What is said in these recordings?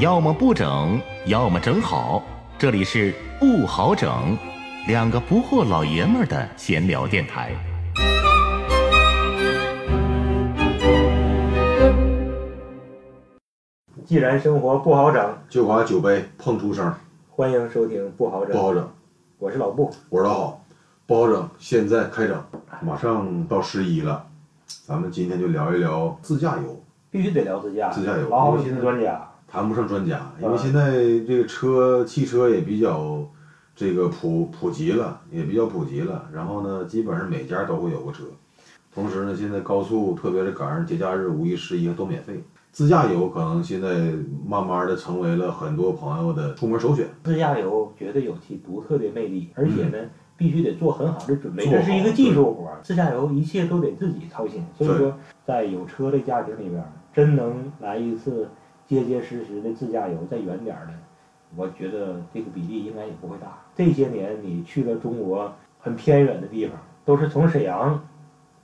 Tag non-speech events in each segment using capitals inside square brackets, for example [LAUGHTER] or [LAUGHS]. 要么不整，要么整好。这里是不好整，两个不惑老爷们儿的闲聊电台。既然生活不好整，就把酒杯碰出声儿，欢迎收听不好整。不好整。我是老布，我是老好，不好整。现在开整，马上到十一了，咱们今天就聊一聊自驾游。必须得聊自驾。自驾游老好因为你是专家，谈不上专家，因为嗯现在这个车、汽车也比较这个普普及了，也比较普及了。然后呢，基本上每家都会有个车。同时呢，现在高速，特别是赶上节假日、五一、十一都免费。自驾游可能现在慢慢的成为了很多朋友的出门首选。自驾游绝对有其独特的魅力，而且呢，必须得做很好的准备，嗯做好这是一个技术活儿。自驾游一切都得自己操心，所以对说，在有车的家庭里边儿，真能来一次结结实实的自驾游，再远点儿的，我觉得这个比例应该也不会大。这些年你去了中国很偏远的地方，都是从沈阳。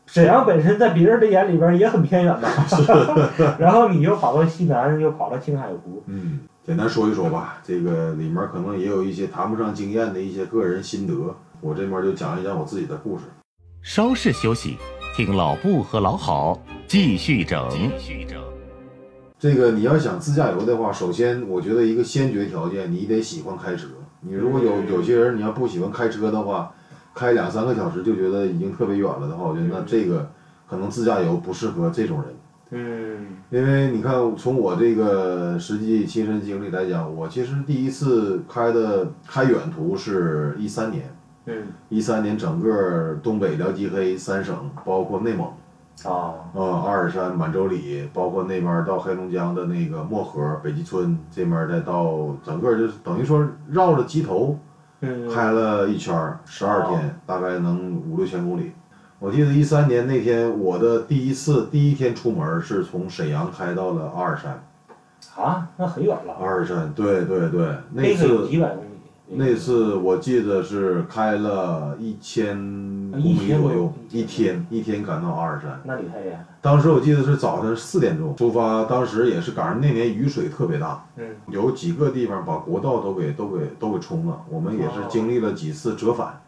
沈阳本身在别人的眼里边儿也很偏远嘛， [LAUGHS] 然后你又跑到西南，又跑到青海湖，嗯，简单说一说吧，这个里面可能也有一些谈不上经验的一些个人心得，我这边就讲一讲我自己的故事。稍事休息，听老布和老好继续整。继续整。这个你要想自驾游的话，首先我觉得一个先决条件，你得喜欢开车。你如果有嗯有些人你要不喜欢开车的话，开两三个小时就觉得已经特别远了的话，我觉得那嗯这个可能自驾游不适合这种人。嗯因为你看，从我这个实际亲身经历来讲，我其实第一次开的开远途是一三年。嗯一三年整个东北辽吉黑三省，包括内蒙啊，啊、阿尔山、满洲里，包括那边儿到黑龙江的那个漠河、北极村这边，再到整个就是等于说绕着鸡头嗯，开了一圈儿，十二哦天，大概能五六千公里。我记得一三年那天，我的第一次第一天出门儿是从沈阳开到了阿尔山。啊，那很远了阿，尔山，对对对，那个次有几百公里，那次我记得是开了一千公里左右，啊一一天天一天赶到阿尔山。那你太厉害了，当时我记得是早晨四点钟出发，当时也是赶上那年雨水特别大，嗯有几个地方把国道都给都给都给冲了。我们也是经历了几次折返。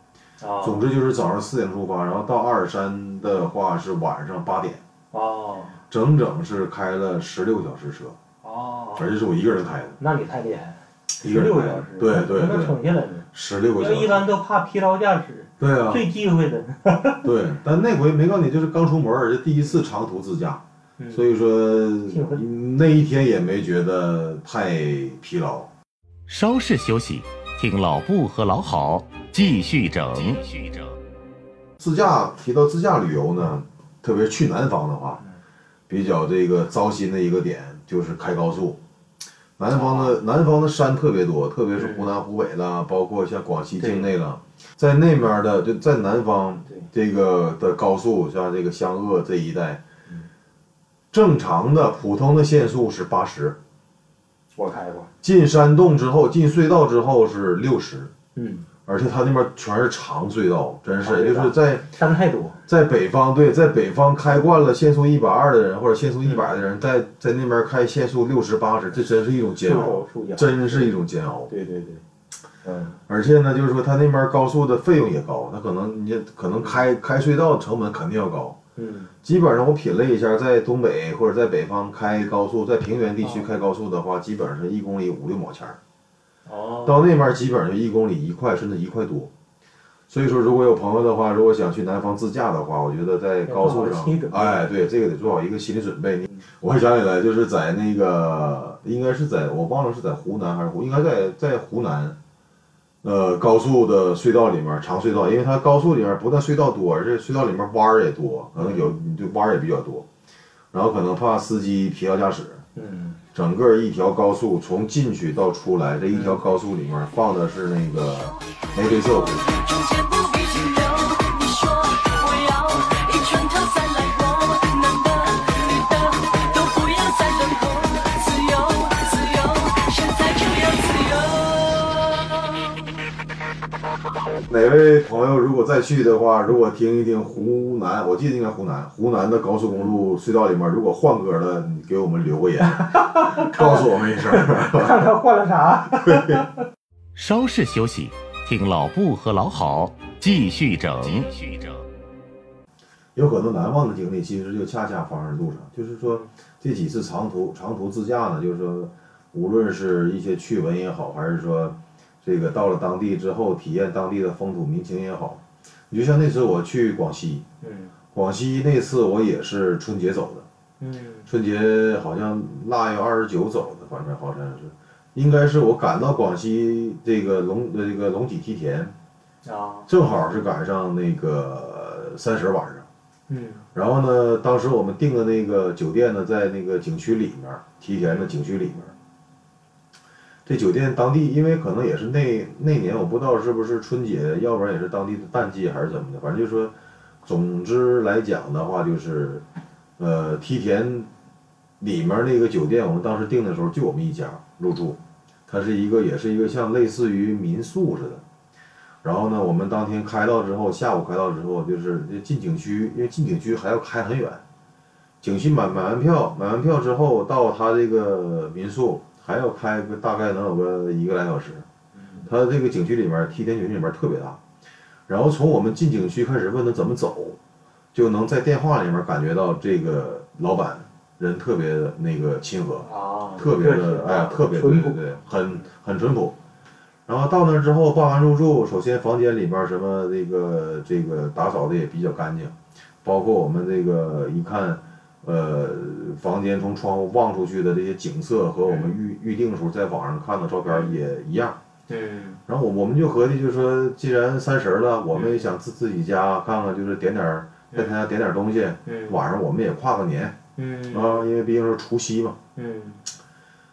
啊，总之就是早上四点出发，然后到阿尔山的话是晚上八点，哦整整是开了十六小时车，而哦，且是我一个人开的，那那你太厉害了，一个人六开小的时，，对对那对，省下来了，十六个因小为一般时，都怕疲劳驾驶，对啊，最忌讳 [LAUGHS] 的，对，但那回没告诉你，就是刚出门儿，是第一次长途自驾，嗯所以说兴那一天也没觉得太疲劳。稍事休息，听老布和老好继续整。继续整。自驾提到自驾旅游呢，特别去南方的话，比较这个糟心的一个点就是开高速。南方的南方的山特别多，特别是湖南、湖北啦，包括像广西境内啦，在那边儿的就在南方对这个的高速，像这个湘鄂这一带嗯，正常的普通的限速是八十，我开过，进山洞之后，进隧道之后是六十，嗯，而且它那边全是长隧道，真长隧是也就道是在。山太多，在北方，对，在北方开惯了限速一百二的人，或者限速一百的人，在在那边开限速六十八十，这真是一种煎束熬手，束脚，真是一种煎熬。对对对，嗯，而且呢，就是说他那边高速的费用也高，他可能你可能开开隧道成本肯定要高。嗯，基本上我品了一下，在东北或者在北方开高速，在平原地区开高速的话，基本上是一公里五六毛钱儿。哦，到那边基本上就一公里一块，甚至一块多。所以说，如果有朋友的话，如果想去南方自驾的话，我觉得在高速要做上好心理准，备哎，对，这个得做好一个心理准备。你，我想起来，就是在那个，应该是在我忘了是在湖南还是湖，应该在在湖南，呃，高速的隧道里面，长隧道，因为它高速里面不但隧道多，而且隧道里面弯儿也多，可能有就弯儿也比较多，然后可能怕司机疲劳驾驶， [LAUGHS] 嗯，整个一条高速从进去到出来，这一条高速里面放的是那个玫瑰色舞。中间不必停留。你说我要一拳头再来揉，男的女的都不要再等候，自由自由，现在就要自由。哪位朋友如果再去的话，如果听一听湖南，我记得应该湖南，湖南的高速公路隧道里面，如果换歌了，你给我们留个言， [LAUGHS] 告诉我们一声。看他换了啥。稍事休息，听老布和老郝继续整。继续整。有很多难忘的经历，其实就恰恰发生在路上。就是说，这几次长途长途自驾呢，就是说，无论是一些趣闻也好，还是说，这个到了当地之后体验当地的风土民情也好，你就像那次我去广西，嗯广西那次我也是春节走的，嗯春节好像腊月二十九走的，反正好像是，应该是我赶到广西这个龙呃这个龙脊梯田，啊正好是赶上那个三十晚上。嗯然后呢，当时我们订的那个酒店呢，在那个景区里面儿，提前的景区里面儿。这酒店当地，因为可能也是那那年，我不知道是不是春节，要不然也是当地的淡季还是怎么的，反正就是说，总之来讲的话，就是，呃，梯田里面那个酒店，我们当时订的时候就我们一家入住，它是一个也是一个像类似于民宿似的，然后呢，我们当天开到之后，下午开到之后，就是进景区，因为进景区还要开很远。景区买买完票，买完票之后到他这个民宿还要开个大概能有个一个来小时。他这个景区里面，梯田景区里面特别大。然后从我们进景区开始问他怎么走，就能在电话里面感觉到这个老板人特别的那个亲和。啊，特别的，哎呀，特别对淳对朴对，很很淳朴。然后到那之后办完入住，首先房间里面什么这个这个打扫的也比较干净，包括我们这个一看，呃，房间从窗户望出去的这些景色和我们预预定的时候在网上看的照片也一样。嗯然后我我们就合计，就说既然三十了，我们也想自自己家看看，就是点点儿在他家点点儿东西，嗯晚上我们也跨个年嗯啊，因为毕竟是除夕嘛。嗯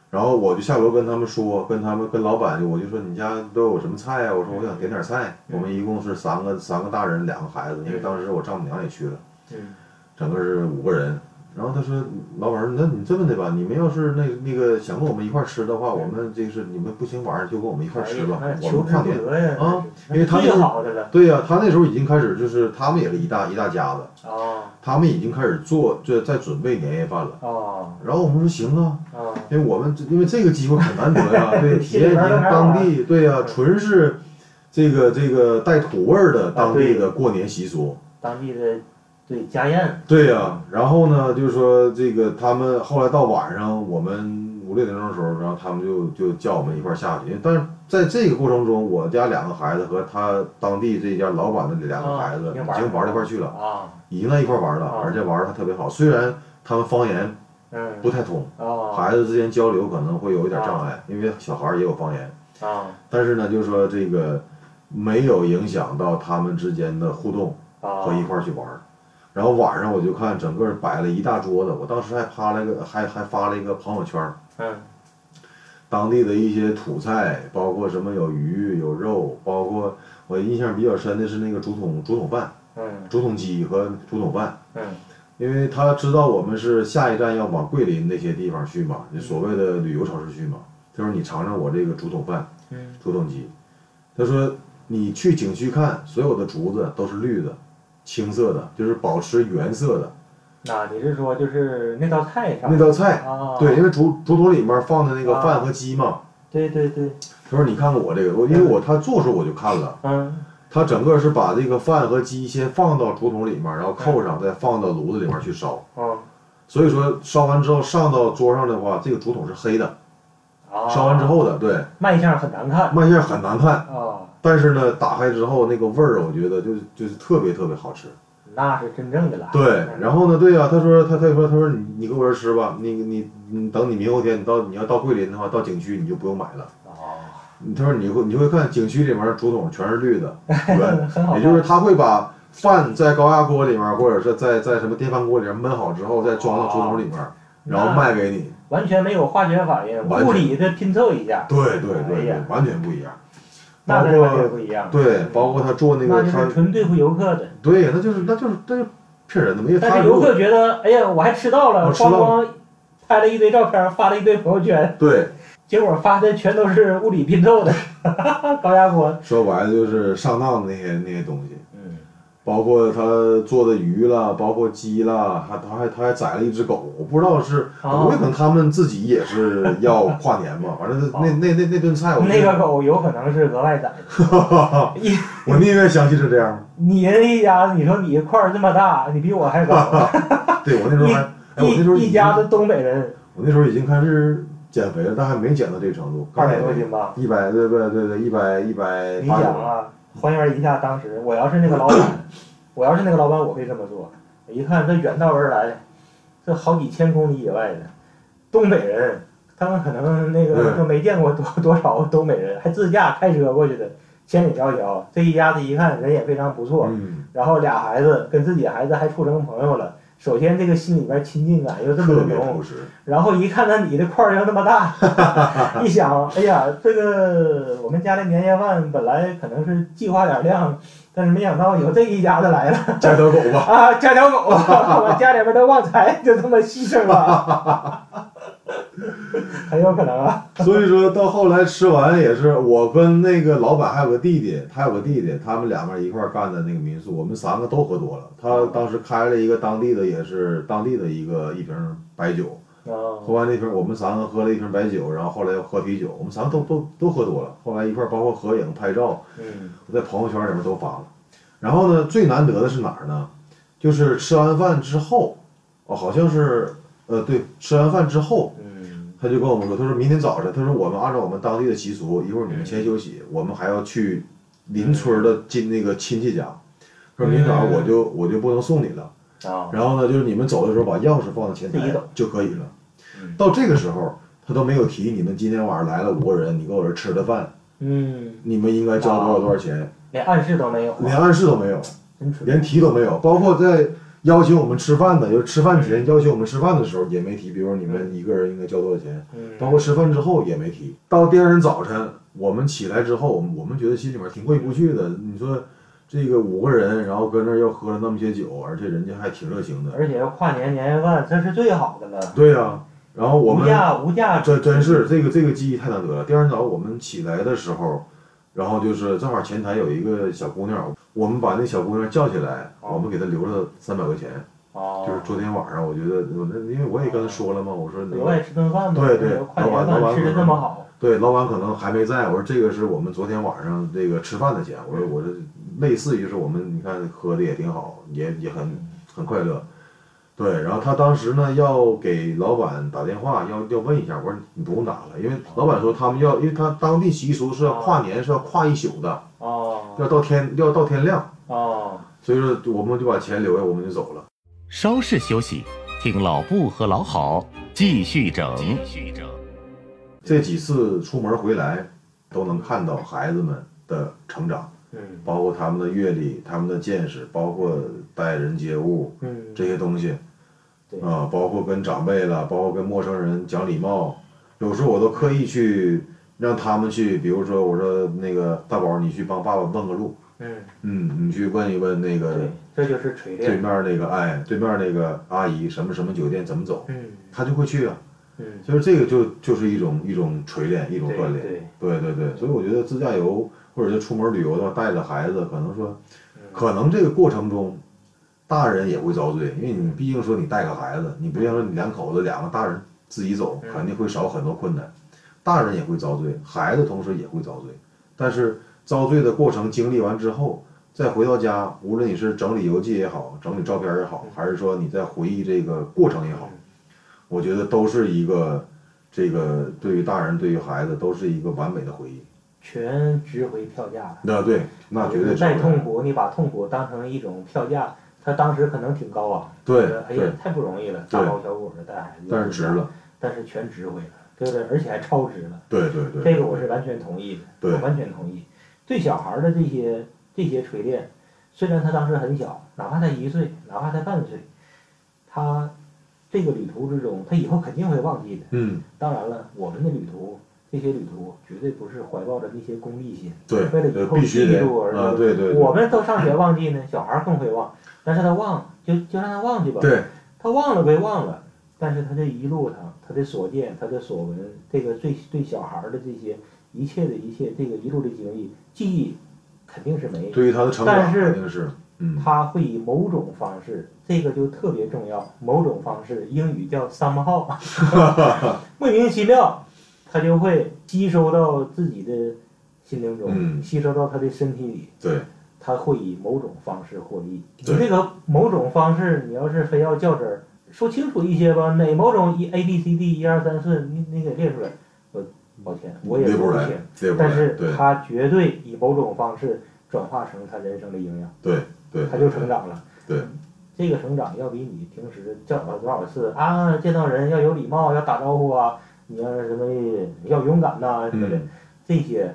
然后我就下楼跟他们说，跟他们跟老板，我就说你家都有什么菜啊？我说我想点点菜。嗯我们一共是三个三个大人，两个孩子，因为当时我丈母娘也去了，嗯整个是五个人。然后他说，老板说，那你这么的吧，你们要是那那个想跟我们一块儿吃的话，我们这是你们不行，晚上就跟我们一块儿吃吧嗯哎，我求们之跨不年。得呀啊，那是因为他最那个好的了对呀、他那时候已经开始，就是他们也是一大一大家子，啊他们已经开始做这在准备年夜饭了。啊然后我们说行啊，啊，因为我们这因为这个机会很难得呀、 [LAUGHS] 对，体验一下当地，对呀、纯是这个这个带土味儿的当地的过年习俗，当地的对家宴，对呀、然后呢，就是说这个他们后来到晚上，我们五六点钟的时候，然后他们就就叫我们一块儿下去。但是在这个过程中，我家两个孩子和他当地这家老板的两个孩子啊已经玩到一块儿去了，啊，已经在一块儿玩了，啊而且玩的还特别好。虽然他们方言嗯不太通，啊孩子之间交流可能会有一点障碍，因为小孩儿也有方言。啊但是呢，就是说这个没有影响到他们之间的互动啊，和一块儿去玩儿。然后晚上我就看整个摆了一大桌子，我当时还发了一个还还发了一个朋友圈儿，嗯当地的一些土菜，包括什么有鱼有肉，包括我印象比较深的是那个竹筒竹筒饭、嗯竹筒鸡和竹筒饭。嗯因为他知道我们是下一站要往桂林那些地方去嘛，就所谓的旅游超市去嘛，他说你尝尝我这个竹筒饭，嗯竹筒鸡。他说你去景区看，所有的竹子都是绿的、青色的，就是保持原色的那你是说就是那道菜上那道菜。啊？对，因为竹竹筒里面放的那个饭和鸡嘛。对对对，他说你看看我这个，我因为我他做的时候我就看了，嗯他整个是把这个饭和鸡先放到竹筒里面，然后扣上，再放到炉子里面去烧。嗯所以说烧完之后上到桌上的话，这个竹筒是黑的，啊，烧完之后的，对，卖相很难看卖相很难看，啊，但是呢，打开之后那个味儿，我觉得就是就是特别特别好吃。那是真正的来。对，然后呢？对呀、他说他他说他说你你给我这吃吧，你你你等你明后天你到你要到桂林的话，到景区你就不用买了。啊，他说你会你会看景区里面的竹筒全是绿的， [LAUGHS] 很好圆，看也就是他会把饭在高压锅里面，或者是在在什么电饭锅里面焖好之后，再装到竹筒里面，然后卖给你。完全没有化学反应，完全物理的拼凑一下，对对对哎对呀，完全不一样。那包跟完全括不一样。对，包括他做那那个就他是纯对付游客的。对，那就是那就是那就骗人的嘛，因为但他是如游果客觉得，哎呀，我还吃到了，我吃到咣了咣拍了一堆照片，发了一堆朋友圈，对，结果发的全都是物理拼凑的 [LAUGHS] 高压锅。说白了就是上当的那些那些东西，嗯，包括他做的鱼啦，包括鸡啦，还他还他还宰了一只狗，我不知道是哦我也可能他们自己也是要跨年吧，反正那那那那那顿菜我哦那个狗有可能是额外 [LAUGHS] 宰的。狗，你我宁愿相信是这样。你那一家，你说你块儿这么大，你比我还高。对我那时候还， [LAUGHS] 哎，我那时候一已一经家子东北人，我那时候已经开始减肥了，但还没减到这个程度，二百多斤吧。一百对对对对一百一百你八想十，啊，还原一下当时，我要是那个老板，我要是那个老板，我会这么做。一看这远道而来，这好几千公里以外的东北人，他们可能那个嗯都没见过多多少东北人，还自驾开车过去的，千里迢迢。这一家子一看人也非常不错，嗯，然后俩孩子跟自己孩子还处成朋友了。首先，这个心里边亲近感又这么特的别浓朴，实，然后一看到你的块儿又那么大， [LAUGHS] 一想，哎呀，这个我们家的年夜饭本来可能是计划点量，但是没想到有这一家子来了 [LAUGHS] [LAUGHS] 加条狗吧。啊，加条狗， [LAUGHS] 我家里边的旺财就这么牺牲了， [LAUGHS] 很有可能啊， [LAUGHS] 所以说到后来吃完也是，我跟那个老板还有个弟弟，他有个弟弟，他们俩个人一块儿干的那个民宿，我们三个都喝多了。他当时开了一个当地的，也是当地的一个一瓶白酒，喝嗯，完那瓶我们三个喝了一瓶白酒，然后后来又喝啤酒，我们三个都都都喝多了。后来一块儿包括合影拍照，嗯我在朋友圈里面都发了。然后呢，最难得的是哪儿呢？就是吃完饭之后，哦，好像是呃对，吃完饭之后。嗯他就跟我们说，他说明天早晨，他说我们按照我们当地的习俗，一会儿你们先休息，我们还要去邻村的进那个亲戚家。他说明天早上我就我就不能送你了，啊，然后呢，就是你们走的时候把钥匙放到前自己台走就可以了嗯。到这个时候，他都没有提你们今天晚上来了五个人，你跟我这吃的饭，嗯，你们应该交多少多少钱，连暗示都没有啊，连暗示都没有，真蠢，连提都没有，包括在。邀请我们吃饭的，就是吃饭前要求我们吃饭的时候也没提，比如说你们一个人应该交多少钱，嗯包括吃饭之后也没提。到第二天早晨，我们起来之后，我们我们觉得心里面挺过意不去的。你说这个五个人，然后搁那儿又喝了那么些酒，而且人家还挺热情的。而且要跨年年夜饭，这是最好的了，对呀、然后我无们价无价，真真是这个这个记忆太难得了。第二天早上我们起来的时候，然后就是正好前台有一个小姑娘，我们把那小姑娘叫起来，哦我们给她留了三百块钱。哦，就是昨天晚上，我觉得我那因为我也跟她说了嘛，我说额外吃顿饭吧，对对跨年饭吃的这么好，对，老板可能还没在。我说这个是我们昨天晚上这个吃饭的钱。我嗯说我这类似于是我们你看喝的也挺好，也也很嗯很快乐。对，然后他当时呢要给老板打电话，要要问一下。我说你不用打了，因为老板说他们要，因为他当地习俗是要跨年，是要跨一宿的，哦要到天要到天亮。哦，所以说我们就把钱留下，我们就走了。稍事休息，听老布和老郝继续整。继续整。这几次出门回来，都能看到孩子们的成长。嗯包括他们的阅历、他们的见识，包括待人接物嗯，这些东西，对啊，包括跟长辈了，包括跟陌生人讲礼貌，有时候我都刻意去让他们去，比如说我说那个大宝，你去帮爸爸问个路，嗯嗯，你去问一问那个对，这就是锤对炼，面那个哎，对面那个阿姨什么什么酒店怎么走，嗯他就会去啊。嗯就是这个就就是一种一种锤炼，一种对锻炼。对对对对，所以我觉得自驾游或者是出门旅游的话，带着孩子，可能说，嗯可能这个过程中，大人也会遭罪，因为你毕竟说你带个孩子，你不像说你两口子两个大人自己走，嗯肯定会少很多困难，大人也会遭罪，孩子同时也会遭罪，但是遭罪的过程经历完之后。再回到家，无论你是整理游记也好，整理照片也好，还是说你在回忆这个过程也好，我觉得都是一个这个对于大人对于孩子都是一个完美的回忆。全值回票价了。那对，那绝对是再痛苦，你把痛苦当成一种票价，他当时可能挺高昂，对觉得哎呀对，太不容易了，对大包小裹的带孩子，但是值，了。但是全值回了，对不对？而且还超值了，对对对，这个我是完全同意的，对我完全同意。对小孩儿的这些这些锤炼，虽然他当时很小，哪怕才一岁，哪怕才半岁，他这个旅途之中，他以后肯定会忘记的。嗯，当然了，我们的旅途，这些旅途绝对不是怀抱着那些功利心，对，为了以对后必须记得住而啊，对对，对我们都上学忘记呢，小孩儿更会忘，但是他忘就就让他忘去吧，对他忘了归忘了，但是他这一路上，他的所见，他的所闻，这个对对小孩儿的这些一切的一切，这个一路的经历，记忆肯定是没。对于他的成长但是肯定是，嗯，他会以某种方式，这个就特别重要。某种方式，英语叫 somehow，莫 [LAUGHS] 名其妙，他就会吸收到自己的心灵中，嗯吸收到他的身体里，对，他会以某种方式获利。你对这个某种方式，你要是非要较真儿，说清楚一些吧，哪某种一 A B C D 一二三四，你你给列出来，我抱歉，我也嗯列说不不出来清，，列不出但来，是对他绝对以某种方式转化成他人生的营养。对对，他就成长了。对，这个成长要比你平时教导多少次啊，见到人要有礼貌，要打招呼啊，你要是什么要勇敢呐、什么的，嗯这些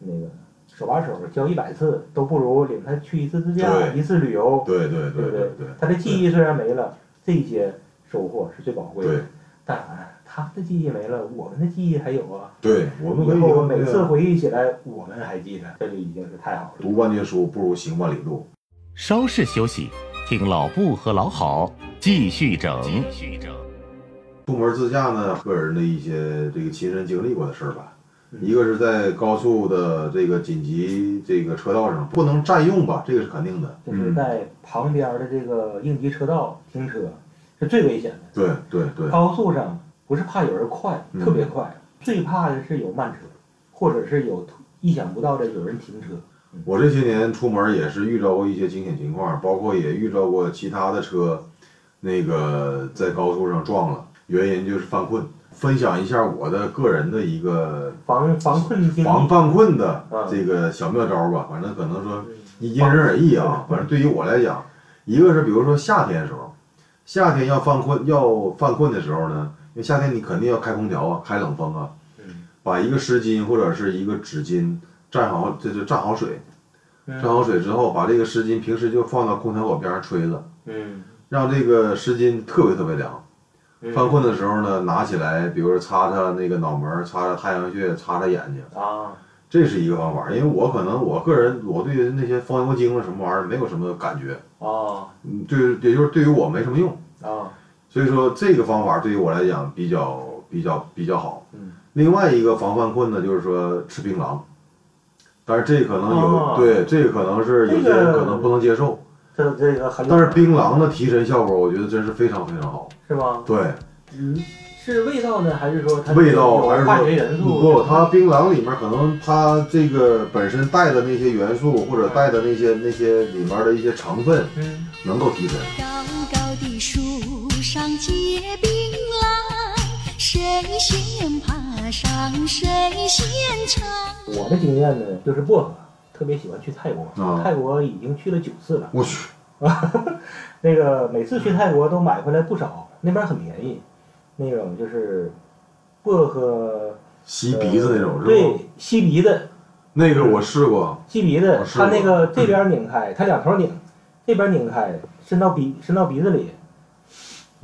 那个手把手教一百次都不如领他去一次自驾、对一次旅游。对对对对不对对他的记忆虽然没了，这些收获是最宝贵的对。当然，他的记忆没了，我们的记忆还有啊。对，我们可啊以后每那个次回忆起来，我们还记得，这就已经是太好了。读万卷书不如行万里路。稍事休息，听老布和老郝继续整。出门自驾呢，个人的一些这个亲身经历过的事儿吧。嗯一个是在高速的这个紧急这个车道上不能占用吧，这个是肯定的。嗯就是在旁边的这个应急车道停车是最危险的。对对对高速上不是怕有人快，嗯特别快，最怕的是有慢车，或者是有意想不到的有人停车。我这些年出门也是遇到过一些惊险情况，包括也遇到过其他的车，那个在高速上撞了，原因就是犯困。分享一下我的个人的一个防防困经历，防犯困的嗯这个小妙招吧，反正可能说嗯因人而异啊。反正对于我来讲，一个是比如说夏天的时候，夏天要犯困要犯困的时候呢，因为夏天你肯定要开空调啊，开冷风啊，嗯把一个湿巾或者是一个纸巾蘸好，这就蘸好水，蘸嗯好水之后，把这个湿巾平时就放到空调口边上吹了，嗯，让这个湿巾特别特别凉。嗯犯困的时候呢，拿起来，比如说擦擦那个脑门儿，擦擦太阳穴，擦擦眼睛。啊，这是一个方法，因为我可能我个人我对于那些风油精啊什么玩意儿没有什么感觉，啊嗯，对，也就是对于我没什么用，啊，所以说这个方法对于我来讲比较比较比较好。嗯，另外一个防犯困呢，就是说吃槟榔，但是这可能有、哦对，这个可能是有些这人个可能不能接受，这这个很但是槟榔的提神效果，我觉得真是非常非常好。是吗？对，嗯，是味道呢，还是说它味道有还是化学元素？不，它槟榔里面可能它这个本身带的那些元素或者带的那些那些里面的一些成分嗯能够提神。高高的树上结槟榔，谁先爬上谁先尝。我的经验呢，就是薄荷，特别喜欢去泰国。啊泰国已经去了九次了，我去，那个每次去泰国都买回来不少，那边很便宜。那种就是薄荷，吸鼻子那种、是吗？对，吸鼻子，那个我试过，吸鼻子我，试过它那个这边拧开，它两头拧，这边拧开，伸到鼻伸到鼻子里。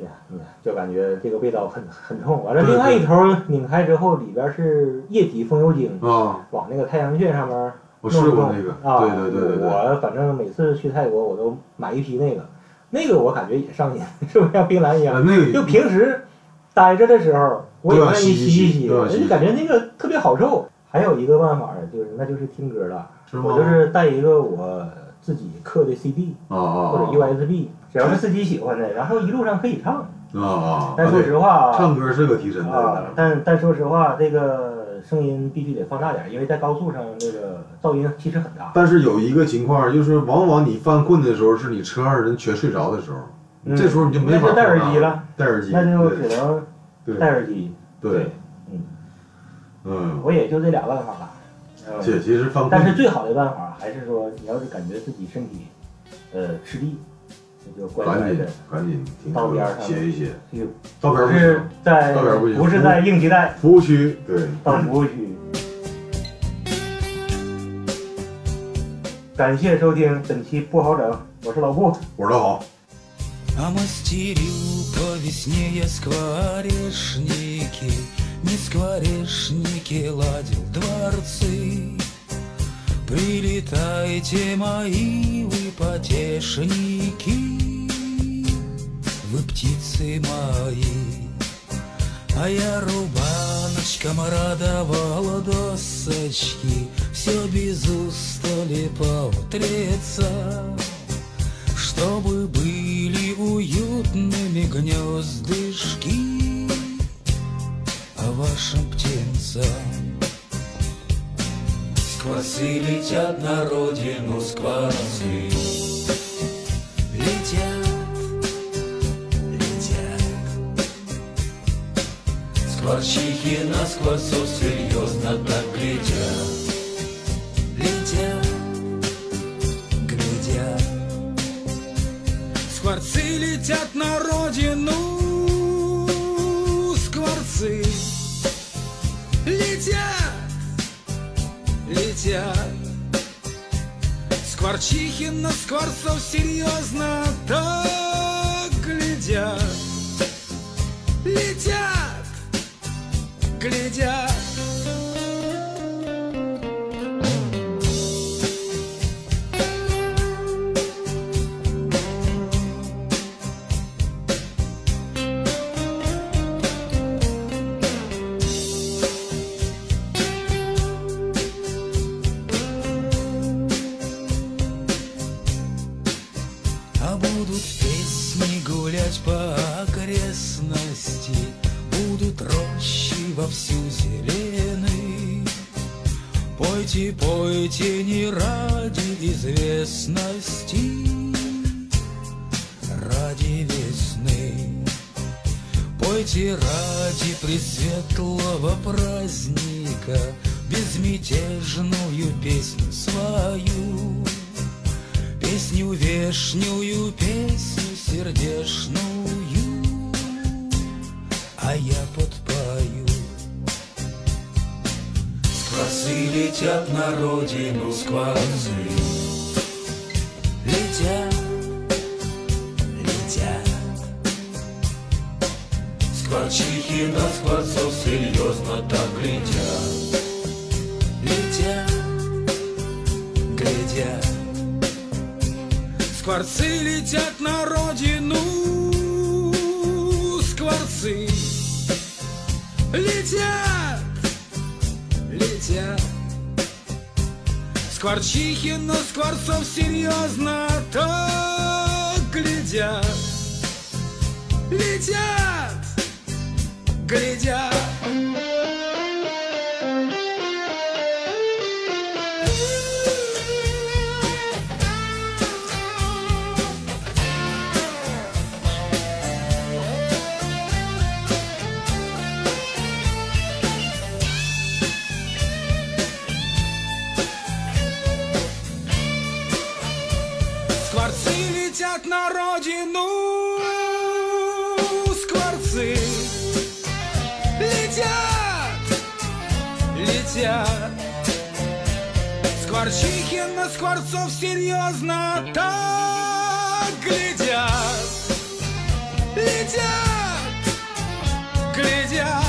哎呀，你看，就感觉这个味道很很冲。完了，对另外对一头拧开之后，里边是液体风油精，啊，往那个太阳穴上面我试过那个，啊，对对对对对，我反正每次去泰国，我都买一批那个，那个我感觉也上瘾， [LAUGHS] 是不是像冰蓝一呃样？那就个平时待着的时候，我也对啊愿意吸一吸吸吸，对啊吸一就吸感觉那个特别好受。还有一个办法就是，那就是听歌了。是吗？我就是带一个我自己刻的 CD 啊或者啊 USB，只要是自己喜欢的，然后一路上可以唱。啊啊啊！但说对实话，唱歌是个提神啊的，，但但说实话，这个声音必须得放大点儿，因为在高速上那个噪音其实很大。但是有一个情况就是，往往你犯困的时候，是你车上人全睡着的时候，嗯这时候你就没那法就戴耳机了，戴耳机，那就只能对戴对耳机。对，，嗯，嗯，我也就这俩办法吧。嗯，这其实犯但是困，最好的办法还是说，你要是感觉自己身体呃吃力，那就乖乖赶紧的赶紧停到边车上歇一歇，去，到边不儿不是行，在到点儿不行不是在应急带，服务区对，嗯到服务区。感谢收听本期不好整，我是老顾。我说好。 А мастерил по весне я скворечники, Не скворечники ладил дворцы. Прилетайте, мои вы потешники, Вы птицы мои, А я рубаночкам радовала досочки Все без устали поутриться Чтобы были уютными гнездышки А вашим птенцам Сквозы летят на родину, сквозы Летят, летят Скворчихи на скворцов серьезно так глядят Летят, глядят Скворцы летят на родину Скворцы летят летят. Скворчихи на скворцов серьезно так глядят. Летят, глядят. А будут песни гулять по окрестности, Будут рощи вовсю зелены. Пойте, пойте не ради известности, Ради весны. Пойте ради пресветлого праздника Безмятежную песню свою. Песню вешнюю, песню сердешную, А я подпою. Скворцы летят на родину, скворцы летят, летят. Скворчихи на скворцов серьезно так глядят, летят, глядят. Скворцы летят на родину Скворцы летят, летят Скворчихи на скворцов серьезно так глядят Летят, глядят Скворцы летят на родину Скворцы летят, летят Скворчихи на скворцов серьезно так глядят Летят, глядят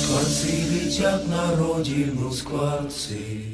Скворцы летят на родину, скворцы